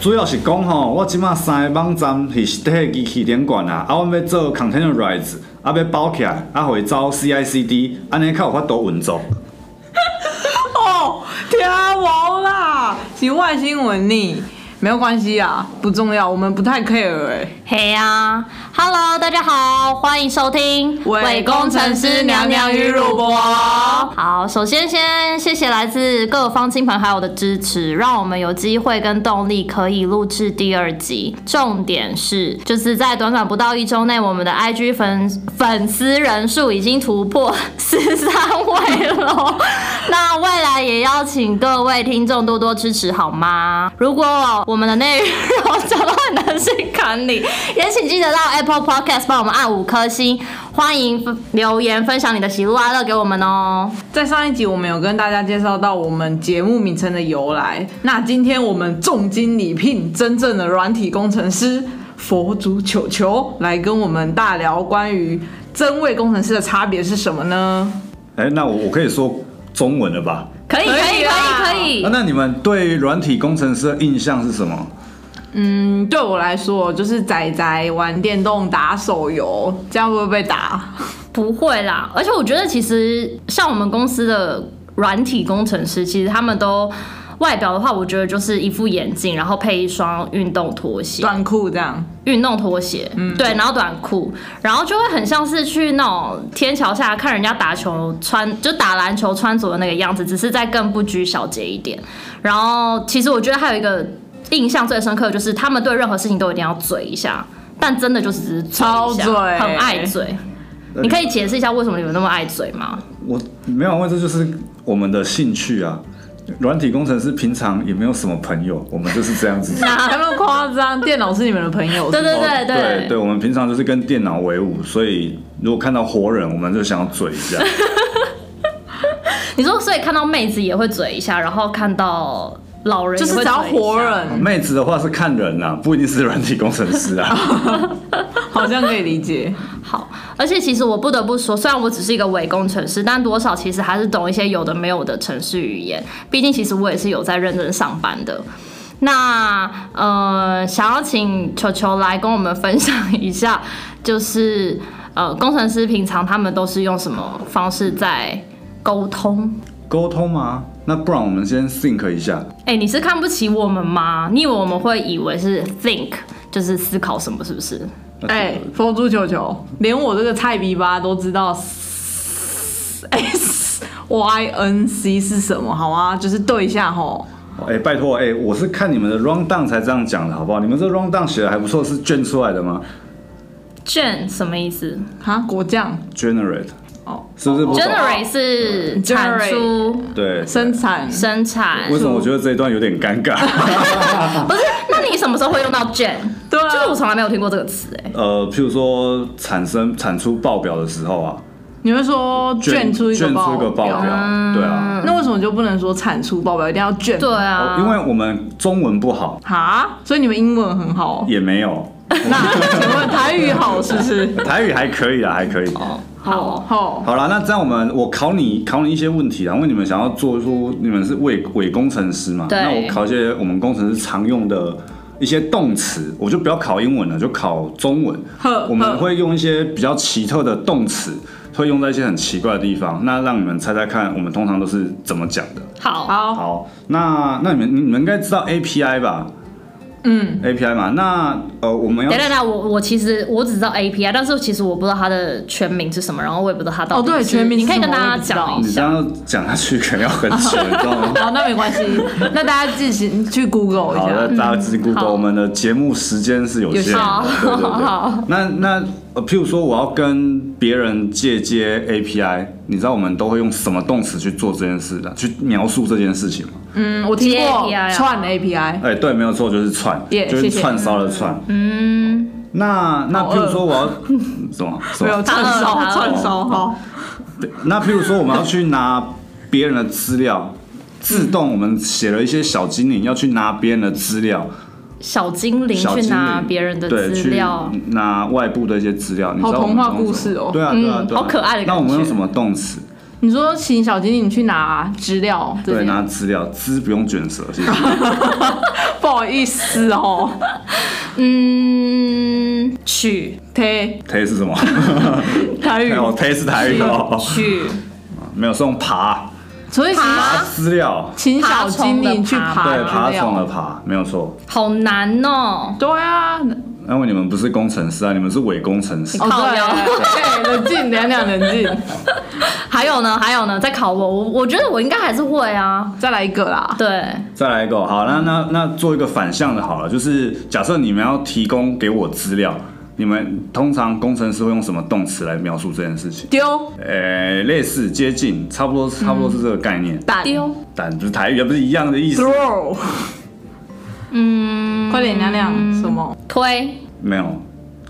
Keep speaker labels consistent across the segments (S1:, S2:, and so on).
S1: 主要是讲吼，我即马三个网站是实体的机器顶管啊，啊，阮要做 containerize，啊，要包起来，啊，互伊走 CICD，安尼较有法度运作。
S2: 哦，听无啦，是外星文呢，没有关系啊，不重要，我们不太 care 哎、
S3: 嘿呀、h e l l o 大家好，欢迎收听
S2: 伪工程师娘娘与乳波
S3: 好，首先先谢谢来自各方亲朋好友的支持，让我们有机会跟动力可以录制第二集。重点是，就是在短短不到一周内，我们的 IG 粉粉丝人数已经突破十三位了。那未来也邀请各位听众多多支持好吗？如果我们的内容找到很难去砍你，也请记得到 Apple Podcast 帮我们按五颗星，欢迎分留言分享你的喜怒哀乐给我们哦。
S2: 在上一集我们有跟大家介绍到我们节目名称的由来，那今天我们重金礼聘真正的软体工程师佛祖球球来跟我们大聊关于真伪工程师的差别是什么呢？
S1: 哎、那我我可以说中文了吧？
S3: 可以
S2: 可
S3: 可
S2: 以
S3: 以可
S2: 啦
S3: 以可
S1: 啊，
S3: 以，
S1: 那你们对软体工程师的印象是什么？
S2: 嗯，对我来说就是仔仔玩电动打手游，这样会不会被打？
S3: 不会啦。而且我觉得其实像我们公司的软体工程师，其实他们都外表的话，我觉得就是一副眼镜，然后配一双运动拖鞋。
S2: 短裤这 样，
S3: 运动拖鞋，
S2: 嗯
S3: 对，然后短裤，然后就会很像是去那种天桥下看人家打球穿，就打篮球穿着的那个样子，只是在更不拘小节一点。然后其实我觉得还有一个印象最深刻的就是他们对任何事情都一定要嘴一下，但真的就只是嘴一下
S2: 超嘴
S3: 很爱嘴。你可以解释一下为什么你们那么爱嘴吗？
S1: 我没有问，这就是我们的兴趣啊。软体工程师平常也没有什么朋友，我们就是这样子。
S2: 啊那么夸张？电脑是你们的朋友？
S3: 对 对对
S1: 对对，我们平常就是跟电脑为伍，所以如果看到活人，我们就想要嘴一下。
S3: 你说所以看到妹子也会嘴一下，然后看到老人也
S2: 就
S3: 会
S2: 是只要
S3: 嘴一下
S2: 活人，
S1: 妹子的话是看人啦、不一定是软体工程师啊。
S2: 好像可以理 解。
S3: 好，而且其实我不得不说，虽然我只是一个伪工程师，但多少其实还是懂一些有的没有的程式语言。毕竟其实我也是有在认真上班的。那呃，想要请球球来跟我们分享一下，就是呃，工程师平常他们都是用什么方式在沟通？
S1: 沟通吗？那不然我们先 think 一下。
S3: 哎、你是看不起我们吗？你以为我们会以为是 think 就是思考什么，是不是？
S2: 哎、佛珠球球，连我这个菜逼吧都知道 S Y N C 是什么，好吗？就是对一下吼。
S1: 哎、拜托，哎、我是看你们的 round down 才这样讲的，好不好？你们这 round down 写的还不错，是卷出来的吗
S3: 卷什么意思
S2: 哈，果酱
S1: ？Generate
S2: 哦，
S1: 是不是不懂？
S3: ？generate 是产
S2: generate
S3: 出。
S1: 对，
S2: 生产
S3: 生产
S1: 为。什么我觉得这一段有点尴 尬？
S3: 不是，那你什么时候会用到 gen？
S2: 对啊
S3: 就是我从来没有听过这个词哎、
S1: 呃，譬如说产生产出报表的时候啊，
S2: 你会说卷出一个
S1: 卷出一个报
S2: 表，嗯
S1: 表，对啊。
S2: 那为什么就不能说产出报表，一定要卷？
S3: 对啊，
S1: 哦因为我们中文不好，
S2: 哈，所以你们英文很 好，
S1: 也没有
S2: 那请问台语好是不 是？
S1: 台语还可以啦，啊还可以。
S3: 好
S2: 哦好，
S1: 好啦，那这样我们我考你考你一些问题啦，因为你们想要做出你们是伪伪工程师嘛，
S3: 对
S1: 那我考一些我们工程师常用的一些动词，我就不要考英文了，就考中文
S2: 呵。
S1: 我们会用一些比较奇特的动词，会用在一些很奇怪的地方，那让你们猜猜看，我们通常都是怎么讲的。
S3: 好
S2: 好，
S1: 好，那那你们你们应该知道 API 吧
S2: 嗯，
S1: ？API 嘛，那呃我们要
S3: 等等等，我我其实我只知道 API，但是其实我不知道它的全名是什么，然后我也不知道它到底
S2: 哦对
S3: 是
S2: 全名是
S3: 你可以跟
S2: 什么
S3: 大
S2: 我
S3: 家
S2: 也不
S1: 你
S2: 知道
S3: 讲一
S1: 这
S3: 下。
S1: 样讲下去可能要很久，你知道吗？
S2: 好，那没 关系，那大家自己去 Google 一
S1: 好，
S2: 下
S1: 那。大家自己 Google
S3: 好
S1: 我们的节目时间是有限的，
S3: 有限
S1: 对对对。那那呃，譬如说我要跟别人借接 API，你知道我们都会用什么动词去做这件事的，去描述这件事情吗？
S2: 嗯，我听过
S3: 接 API 啊
S2: 串 API，
S1: 哎、对，没有错，就是串
S2: Yeah，
S1: 就是
S2: 谢谢
S1: 串烧的串。
S3: 嗯，
S1: 那那
S2: 好饿
S1: 譬如说我要 什么什
S2: 没有
S1: 么？
S2: 串
S3: 好
S2: 烧，
S3: 好
S2: 串烧哈。
S1: 那譬如说我们要去拿别人的资料。自动我们写了一些小精灵要去拿别人的资料，
S3: 小精灵
S1: 小
S3: 去
S1: 精
S3: 拿
S1: 灵
S3: 啊别人的
S1: 对
S3: 资料，
S1: 去拿外部的一些资料，你知道
S2: 好
S1: 我们
S2: 童话
S1: 用什么
S2: 故事哦
S1: 对啊，
S3: 嗯
S1: 对啊，对啊
S3: 好可爱的感觉
S1: 那我们用什么动词？
S2: 你说请小精灵去拿资料这
S1: 对，
S2: 件，
S1: 拿资料，资不用卷舌， 谢谢。
S2: 不好意 思哦。
S3: 嗯，取
S2: 对，
S1: 推是什 么？哎
S2: 台语
S1: 没
S3: 嗯
S1: 有，推是台语哦，
S3: 取
S1: 没有是用爬
S2: 所以请
S3: 爬
S1: 资料，
S2: 请小精灵去
S3: 爬
S1: 对，
S2: 爬
S1: 爬
S2: 资
S1: 虫
S2: 料。
S1: 的爬，没有错。
S3: 好难哦。
S2: 对啊，
S1: 因为你们不是工程师啊，你们是伪工程师。
S2: 哦
S3: 靠腰
S2: 对，冷静，两两冷静，
S3: 还有呢，还有呢，再考我，我我觉得我应该还是会啊。
S2: 再来一个啦。
S3: 对，
S1: 再来一个，好，那那那做一个反向的好了，就是假设你们要提供给我资料，你们通常工程师会用什么动词来描述这件事情？
S2: 丢
S1: 呃，类似、接近，差不多，差不多是这个概念。
S2: 蛋
S3: 丢，
S1: 但不是台语，不是一样的意思？
S2: throw，
S3: 嗯，
S2: 快点两两什么？
S3: 推
S1: 没有，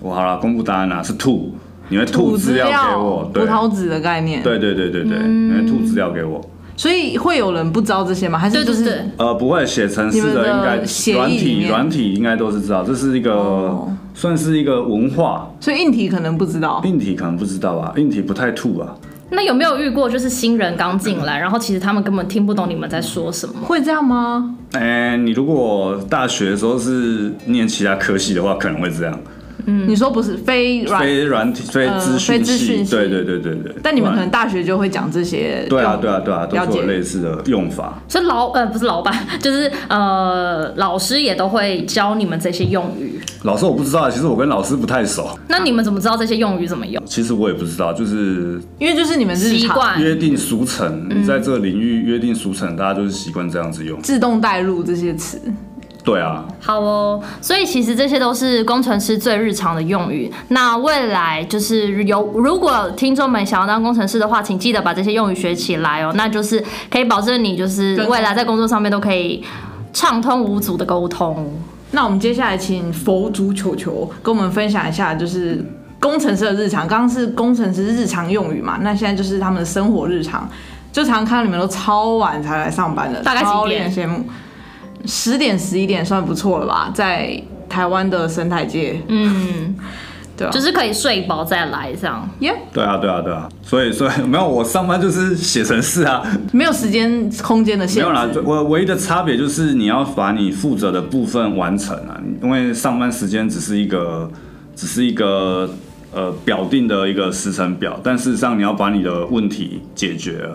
S1: 我好了，公布答案啦，是吐，你会吐
S2: 吐
S1: 资料给我，
S2: 葡
S1: 对，
S2: 萄嗯籽的概念。，
S1: 对对对对对，你会吐资料给我。
S2: 所以会有人不知道这些吗？还是
S3: 对
S2: 就
S3: 对
S2: 是
S3: 对，
S1: 呃，不会写程式
S2: 你们的
S1: 应该
S2: 协议
S1: 软
S2: 里
S1: 体
S2: 面
S1: 软体应该都是知道，这是一个、
S2: 哦
S1: 算是一个文化，
S2: 所以硬体可能不知道。
S1: 硬体可能不知道啊吧，硬体不太啊吐吧。
S3: 那有没有遇过就是新人刚进来，然后其实他们根本听不懂你们在说什么？
S2: 会这样吗？
S1: 哎、你如果大学的时候是念其他科系的话，可能会这样，
S3: 嗯
S2: 你说不是非软，
S1: 非软体、非
S2: 呃
S1: 资
S2: 非
S1: 讯
S2: 资
S1: 系，
S2: 讯系
S1: 对对对对对。
S2: 但你们
S1: 不
S2: 可
S1: 然
S2: 能大学就会讲这些。
S1: 对啊对啊对啊，
S2: 了
S1: 都是有
S2: 解
S1: 类似的用法。
S3: 所以老呃不是老板， 就是呃老师也都会教你们这些用语。
S1: 老师我不知道，其实我跟老师不太熟，
S3: 那你们怎么知道这些用语怎么用？
S1: 其实我也不知道，就是
S2: 因为就是你们日
S3: 习
S2: 常
S3: 惯
S1: 约定俗成，
S2: 嗯
S1: 你在这个领域约定俗成，大家就是习惯这样子用。
S2: 自动带入这些词。
S1: 对啊，
S3: 好哦，所以其实这些都是工程师最日常的用语。那未来就是有，如果听众们想要当工程师的话，请记得把这些用语学起来哦。那就是可以保证你就是
S2: 跟
S3: 未来在工作上面都可以畅通无阻的沟通。
S2: 那我们接下来请佛祖球球跟我们分享一下，就是工程师的日常。刚刚是工程师日常用语嘛，那现在就是他们的生活日常。就常看到你们都超晚才来上班的，
S3: 大概几点
S2: 超令人羡慕，十点十一点算不错了吧，在台湾的生态界。
S3: 嗯，
S2: 对啊
S3: 就是可以睡饱再来这样。
S2: 耶、
S1: 对啊，对啊，对啊，所以所以没有我上班就是写程式啊，
S2: 没有时间空间的
S1: 没
S2: 限
S1: 有啦
S2: 制。。
S1: 我唯一的差别就是你要把你负责的部分完成啊，因为上班时间只是一个只是一个呃表定的一个时程表，但事实上你要把你的问题解决了，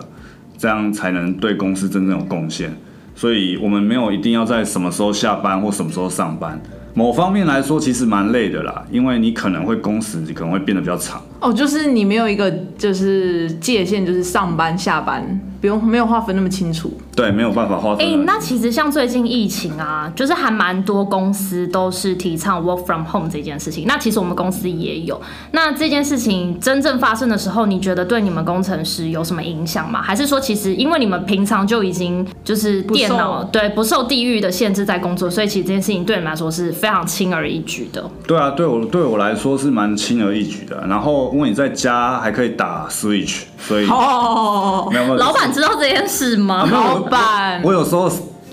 S1: 这样才能对公司真正有贡献。所以我们没有一定要在什么时候下班或什么时候上班。某方面来说，其实蛮累的啦，因为你可能会工时可能会变得比较长。
S2: 哦，就是你没有一个就是界限，就是上班下班不用没有划分那么清楚。
S1: 对，没有办法划分
S3: 哎、
S1: 得很
S3: 那其实像最近疫情啊，就是还蛮多公司都是提倡 work from home 这件事情。那其实我们公司也有。那这件事情真正发生的时候，你觉得对你们工程师有什么影响吗？还是说，其实因为你们平常就已经就是
S2: 不受
S3: 电脑对不受地域的限制在工作，所以其实这件事情对你们来说是非常轻而易举的。
S1: 对啊，对我对我来说是蛮轻而易举的。然后因为你在家还可以打 Switch，所以
S2: 哦，
S1: 没有没有
S3: 老板知道这件事吗？
S2: 老板
S1: 我有时候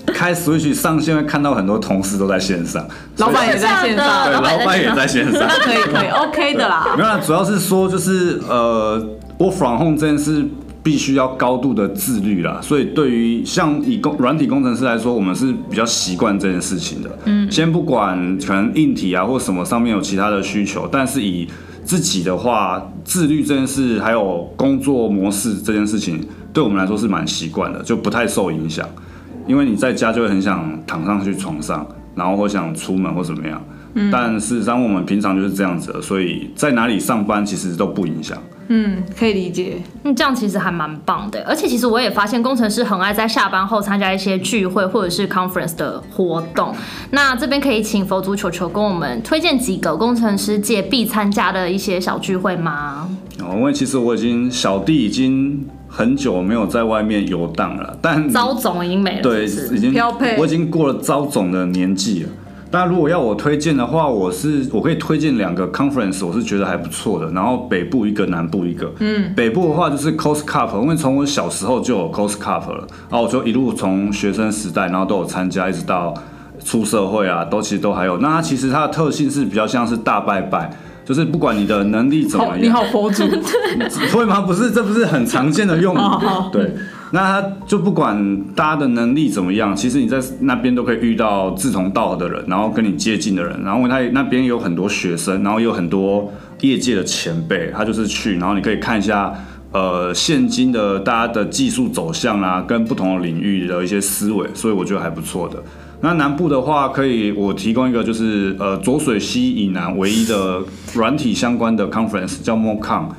S1: 开 Switch 上线会看到很多同事都在线上，
S2: 老板也在线
S3: 是这样
S2: 上
S1: 对，老
S3: 的老板
S1: 板
S3: 也
S1: 也在
S3: 在
S1: 线上。
S2: 可以可以，OK 的啦。
S1: 没有啦，主要是说就是呃，work from home 这件事必须要高度的自律啦，所以对于像以工软体工程师来说，我们是比较习惯这件事情的。嗯，先不管可能硬体啊或什么上面有其他的需求，但是以自己的话，自律这件事还有工作模式这件事情，对我们来说是蛮习惯的，就不太受影响。因为你在家就会很想躺上去床上，然后或想出门或怎么样。但事实上我们平常就是这样子的，啊所以在哪里上班其实都不影响。
S2: 嗯，可以理解。
S3: 嗯，这样其实还蛮棒的。而且其实我也发现，工程师很爱在下班后参加一些聚会或者是 conference 的活动。那这边可以请佛祖球球跟我们推荐几个工程师界必参加的一些小聚会吗？
S1: 哦，因为其实我已经小弟已经很久没有在外面游荡了，但
S3: 招总已经没了，
S1: 对
S3: 是不
S1: 已
S3: 是
S1: 经
S2: 漂配
S1: 我已经过了招总的年纪了。但如果要我推荐的话，我是我可以推荐两个 conference，我是觉得还不错的。然后北部一个，南部一个。嗯，北部的话就是 Coast Cup，因为从我小时候就有 Coast Cup 了，然后我就一路从学生时代，然后都有参加，一直到出社会啊，都其实都还有。那它其实它的特性是比较像是大拜拜，就是不管你的能力怎
S2: 好，
S1: 么
S2: 你好
S1: 样，
S2: 佛 祖，
S1: 会吗？不是，这不是很常见的用语
S2: 哦好。
S1: 对，那他就不管大家的能力怎么样，其实你在那边都可以遇到志同道合的人，然后跟你接近的人，然后因为他也那边有很多学生，然后也有很多业界的前辈，他就是去，然后你可以看一下。呃，现今的大家的技术走向啊，跟不同的领域的一些思维，所以我觉得还不错的。那南部的话，可以我提供一个，就是呃浊水溪以南唯一的软体相关的 conference 叫 MoCon。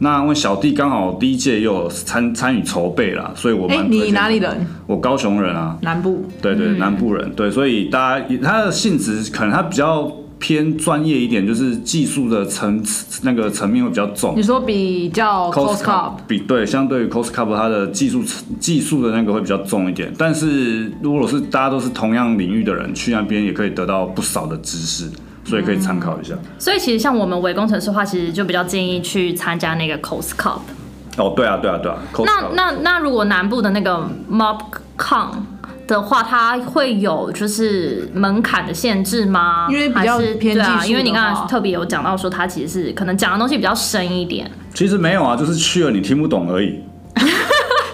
S1: 那因为小弟刚好第一届也有参参与筹备啦，所以我
S2: 哎、
S1: 们
S2: 你哪里？嗯人？
S1: 我高雄人啊，
S2: 南部。
S1: 对对，南部人对，所以大家也他的性质可能他比较偏专业一点，就是技术的层次那个层面会比较重
S2: 你。说比较 close
S1: Cup
S2: cup，
S1: 比对相对于 Cost Cup，它的技术技术的那个会比较重一点，但是如果是大家都是同样领域的人去那边，也可以得到不少的知识，所以可以参考一下。
S2: 嗯
S3: 所以其实像我们伪工程师的话，其实就比较建议去参加那个 Coast Cup。
S1: 哦，对啊，对啊，对啊，Cost
S3: 那
S1: Cup
S3: 那那如果南部的那个 MobCon 的话，它会有就是门槛的限制吗？
S2: 因为比较
S3: 还是
S2: 偏
S3: 对
S2: 技术
S3: 啊，
S2: 的
S3: 因为你刚
S2: 话
S3: 才特别有讲到说，它其实是可能讲的东西比较深一点。
S1: 其实没有啊，就是去了你听不懂而已。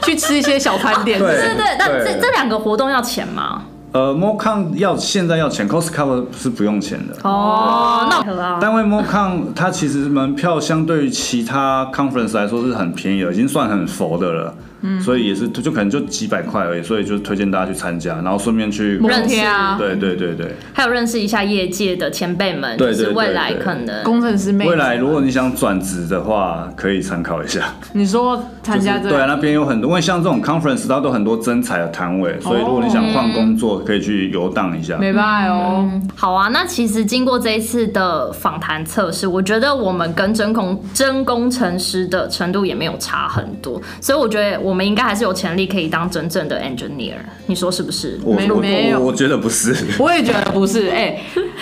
S2: 去吃一些小餐店。
S1: 对
S3: 对对，但
S1: 对
S3: 这这两个活动要钱吗？
S1: 呃 m o c o n 要现在要钱，Cost Cup 是不用钱的。
S3: 哦，那可啊。
S1: 但为 MoCon 它其实门票相对于其他 conference 来说是很便宜的，已经算很佛的了。嗯，所以也是就可能就几百块而已，所以就推荐大家去参加，然后顺便去
S2: 某
S3: 认识
S2: 天啊，
S1: 对对对对，
S3: 还有认识一下业界的前辈们，
S1: 对
S3: 就
S1: 对
S3: 是未来
S1: 对对
S3: 可能
S2: 工程师妹，
S1: 未来如果你想转职的话，可以参考一下。
S2: 你说参加
S1: 就是
S2: 这
S1: 对啊，
S2: 个，
S1: 那边有很多，因为像这种 conference 它都很多真才的摊位，所以如果你想换工作，可以去游荡一下。
S2: 没办法哦。
S3: 好啊，那其实经过这一次的访谈测试，我觉得我们跟真工真工程师的程度也没有差很多，所以我觉得我们应该还是有潜力可以当真正的 engineer，你说是不是？
S1: 我
S2: 没
S1: 我
S2: 没有
S1: 我我觉得不是，
S2: 我也觉得不是，哎，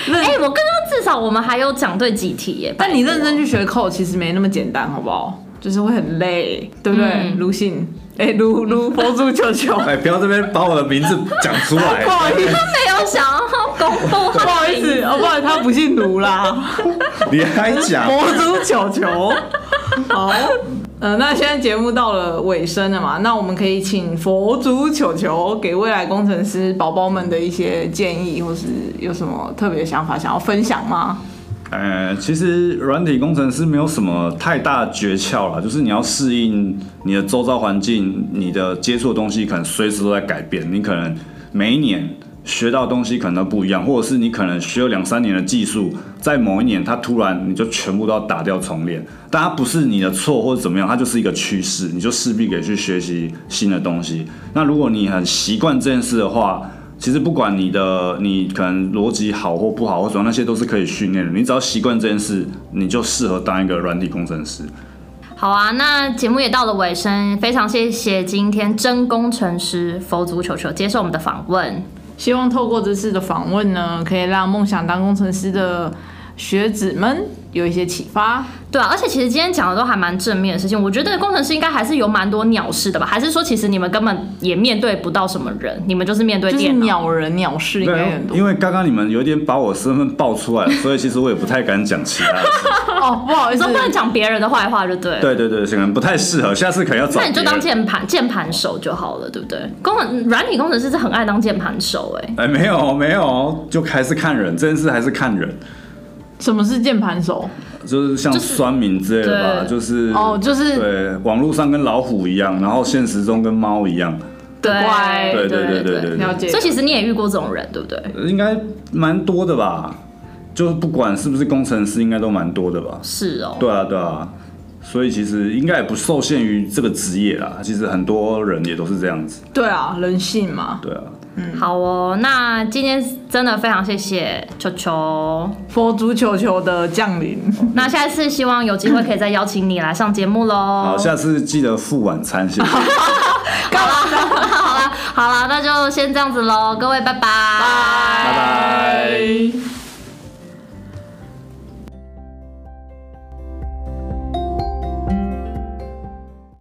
S2: 认
S3: 哎、我刚刚至少我们还有讲对几题耶，
S2: 但你认真去学扣，其实没那么简单，好不好？就是会很累，对不对？
S3: 嗯
S2: 卢信，哎，卢卢佛祖求求，
S1: 哎，不要这边把我的名字讲出 来
S2: 不。好意思，
S3: 没有想要公布，
S2: 不好意思，哦，不好意思，他不姓卢啦，
S1: 你还 讲？
S2: 佛祖求求。好，呃，那现在节目到了尾声了嘛，那我们可以请佛祖求求给未来工程师宝宝们的一些建议，或是有什么特别的想法想要分享吗？
S1: 呃，其实软体工程师没有什么太大的诀窍啦，就是你要适应你的周遭环境，你的接触的东西可能随时都在改变，你可能每一年学到的东西可能都不一样，或者是你可能学了两三年的技术，在某一年它突然你就全部都要打掉重练，但它不是你的错或者怎么样，它就是一个趋势，你就势必得去学习新的东西。那如果你很习惯这件事的话，其实不管你的你可能逻辑好或不好或怎么样，那些都是可以训练的。你只要习惯这件事，你就适合当一个软体工程师。
S3: 好啊，那节目也到了尾声，非常谢谢今天真工程师佛祖球球接受我们的访问。
S2: 希望透过这次的访问呢，可以让梦想当工程师的学子们有一些启发。
S3: 对啊，而且其实今天讲的都还蛮正面的事情，我觉得工程师应该还是有蛮多鸟事的吧？还是说其实你们根本也面对不到什么人，你们就是面对
S2: 就是
S3: 电脑？
S2: 鸟人鸟事应该有很多
S1: 啊因为刚刚你们有点把我身份爆出来了，所以其实我也不太敢讲其他的事。
S2: 哦，不好意
S3: 你
S2: 思
S3: 说，不能讲别人的坏话就对了。
S1: 对对对，可能不太适合，下次可能要找
S3: 那你就
S1: 别
S3: 当
S1: 人。
S3: 键盘键盘手就好了，对不对？工程软体工程师是很爱当键盘手哎、
S1: 哎，没有没有，就还是看人，这件事还是看人，
S2: 什么是键盘手？
S1: 就是像
S3: 就是
S1: 酸民之类的吧，
S3: 对
S1: 就是
S2: 哦就是
S1: 对网络上跟老虎一样，然后现实中跟猫一样，
S2: 乖
S1: 对对对对对
S2: 了解
S3: 所以。其实你也遇过这种人，对不对？
S1: 呃应该蛮多的吧？就是不管是不是工程师，应该都蛮多的吧？
S3: 是哦。
S1: 对啊，对啊，所以其实应该也不受限于这个职业啦。其实很多人也都是这样子，
S2: 对啊，人性嘛。
S1: 对啊。
S3: 好哦，那今天真的非常谢谢球球。
S2: 佛祖球球的降临，
S3: 那下一次希望有机会可以再邀请你来上节目喽。
S1: 好，下次记得付晚餐，谢谢。
S3: 好啦，好啦，那就先这样子喽，各位，拜拜，拜
S1: 拜拜。